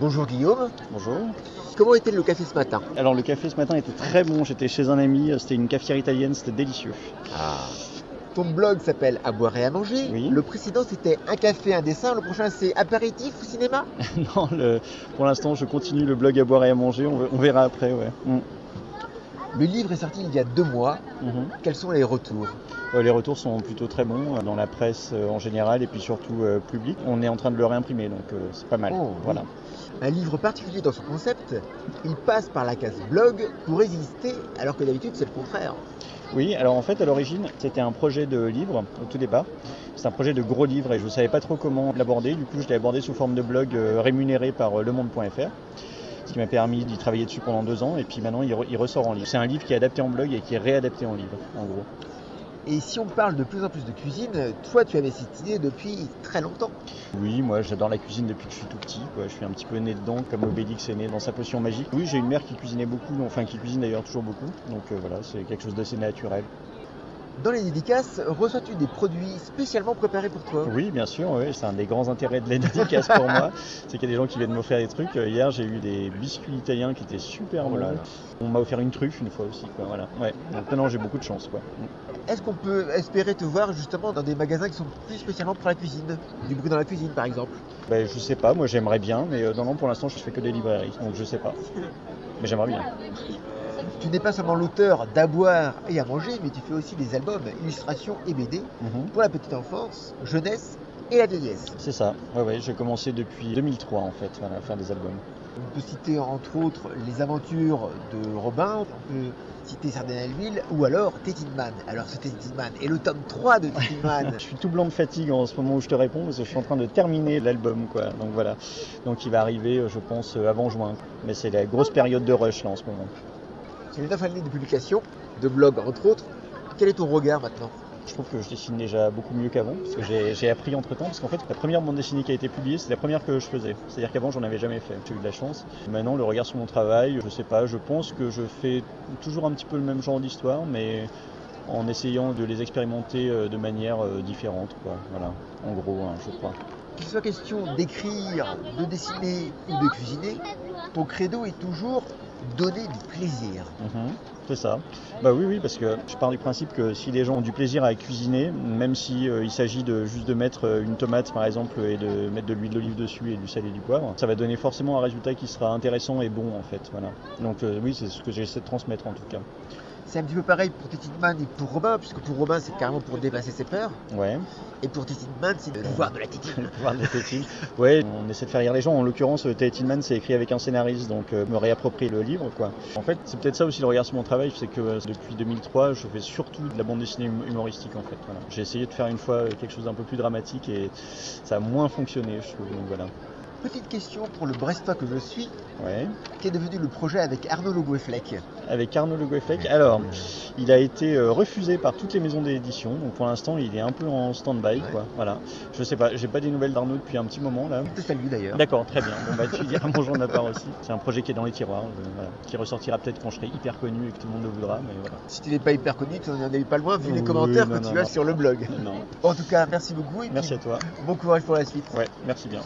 Bonjour Guillaume, Bonjour. comment était le café ce matin Alors le café ce matin était très bon, j'étais chez un ami, euh, c'était une cafetière italienne, c'était délicieux. Ton blog s'appelle À boire et à manger. Oui. Le précédent c'était un café, un dessin. Le prochain c'est apéritif ou cinéma non, le- pour l'instant je continue le blog à boire et à manger, on, ve- on verra après, ouais. Mm. Le livre est sorti il y a deux mois. Mhm. Quels sont les retours Euh, les retours sont plutôt très bons euh, dans la presse euh, en général et puis surtout euh, public. On est en train de le réimprimer donc euh, c'est pas mal. Oh, oui. voilà. Un livre particulier dans son concept. Il passe par la case blog pour résister alors que d'habitude c'est le contraire. Oui, alors en fait, à l'origine, c'était un projet de livre au tout départ. C'est un projet de gros livre et je ne savais pas trop comment l'aborder. Du coup, je l'ai abordé sous forme de blog euh, rémunéré par euh, lemonde.fr, ce qui m'a permis d'y travailler dessus pendant deux ans. Et puis maintenant, il, re- il ressort en livre. C'est un livre qui est adapté en blog et qui est réadapté en livre, en gros. Et si on parle de plus en plus de cuisine, toi tu avais cette idée depuis très longtemps. Oui, moi j'adore la cuisine depuis que je suis tout petit. quoi. Je suis un petit peu né dedans, comme Obélix est né dans sa potion magique. Oui, j'ai une mère qui cuisinait beaucoup, enfin qui cuisine d'ailleurs toujours beaucoup. Donc euh, voilà, c'est quelque chose d'assez naturel. Dans les dédicaces, reçois-tu des produits spécialement préparés pour toi Oui, bien sûr, oui, c'est un des grands intérêts de les dédicaces pour moi. C'est qu'il y a des gens qui viennent m'offrir des trucs. Euh, Hier, j'ai eu des biscuits italiens qui étaient super Oh bons. là là. On m'a offert une truffe une fois aussi, quoi, voilà. Ouais. Donc maintenant, j'ai beaucoup de chance, quoi. Est-ce qu'on peut espérer te voir justement dans des magasins qui sont plus spécialement pour la cuisine Du bruit dans la cuisine par exemple Ben, je sais pas, moi j'aimerais bien, mais euh, non, non, pour l'instant, je fais que des librairies, donc je sais pas. Mais j'aimerais bien. Tu n'es pas seulement l'auteur d'aboire et à manger, mais tu fais aussi des albums, illustrations et BD Mhm. pour la petite enfance, jeunesse et la vieillesse. C'est ça, ouais, ouais, j'ai commencé depuis 2003 en fait, voilà, à faire des albums. On peut citer entre autres les aventures de Robin, on peut citer Sardinalville ou alors Tétinman. Alors ce Tétinman est le tome 3 de Tétinman. Je suis tout blanc de fatigue en ce moment où je te réponds, parce que je suis en train de terminer l'album, quoi. Donc voilà. Donc il va arriver, euh, je pense, euh, avant juin. Mais c'est la grosse période de rush là en ce moment. C'est une 9 années de publication, de blog entre autres. Quel est ton regard maintenant Je trouve que je dessine déjà beaucoup mieux qu'avant, parce que j'ai- j'ai appris entre temps, parce qu'en fait, la première bande dessinée qui a été publiée, c'est la première que je faisais. C'est-à-dire qu'avant, j'en avais jamais fait. J'ai eu de la chance. Maintenant, le regard sur mon travail, je sais pas, je pense que je fais toujours un petit peu le même genre d'histoire, mais en essayant de les expérimenter euh, de manière euh, différente, quoi. Voilà, en gros, hein, je crois. Qu'il soit question d'écrire, de dessiner ou de cuisiner, ton credo est toujours donner du plaisir. Mhm, C'est ça. Bah oui, oui, parce que je pars du principe que si les gens ont du plaisir à cuisiner, même si euh, il s'agit de juste de mettre euh, une tomate par exemple et de mettre de l'huile d'olive dessus et du sel et du poivre, ça va donner forcément un résultat qui sera intéressant et bon en fait. Voilà. Donc euh, oui, c'est ce que j'essaie de transmettre en tout cas. C'est un petit peu pareil pour Tétinman et pour Robin, puisque pour Robin c'est carrément pour dépasser ses peurs, Ouais. et pour Tétinman c'est de voir de la tétine. Voir des tétines. Ouais, on essaie de faire rire les gens. En l'occurrence, euh, Tate Man, c'est écrit avec un scénariste, donc euh, me réapproprie le livre, quoi. En fait, c'est peut-être ça aussi le regard sur mon travail, c'est que euh, depuis 2003, je fais surtout de la bande dessinée hum- humoristique, en fait. voilà. J'ai essayé de faire une fois euh, quelque chose d'un peu plus dramatique et ça a moins fonctionné, je trouve. Donc voilà. Petite question pour le Brestois que je suis, Ouais. qu'est devenu le projet avec Arnaud Le Gouefflec avec Arnaud Le Goeffec. Alors, il a été euh, refusé par toutes les maisons d'édition, donc pour l'instant, il est un peu en stand-by, quoi. Voilà. Je sais pas, j'ai pas des nouvelles d'Arnaud depuis un petit moment, là. Je te salue d'ailleurs. D'accord, très bien. Bon, bah, tu diras bonjour de ma part aussi. C'est un projet qui est dans les tiroirs, euh, voilà, qui ressortira peut-être quand je serai hyper connu et que tout le monde le voudra, mais voilà. Si tu n'es pas hyper connu, tu n'en es pas loin vu les Oui, commentaires non, que non, tu as non. sur le blog. Non, En tout cas, merci beaucoup et merci à puis toi. bon courage pour la suite. Ouais, merci bien.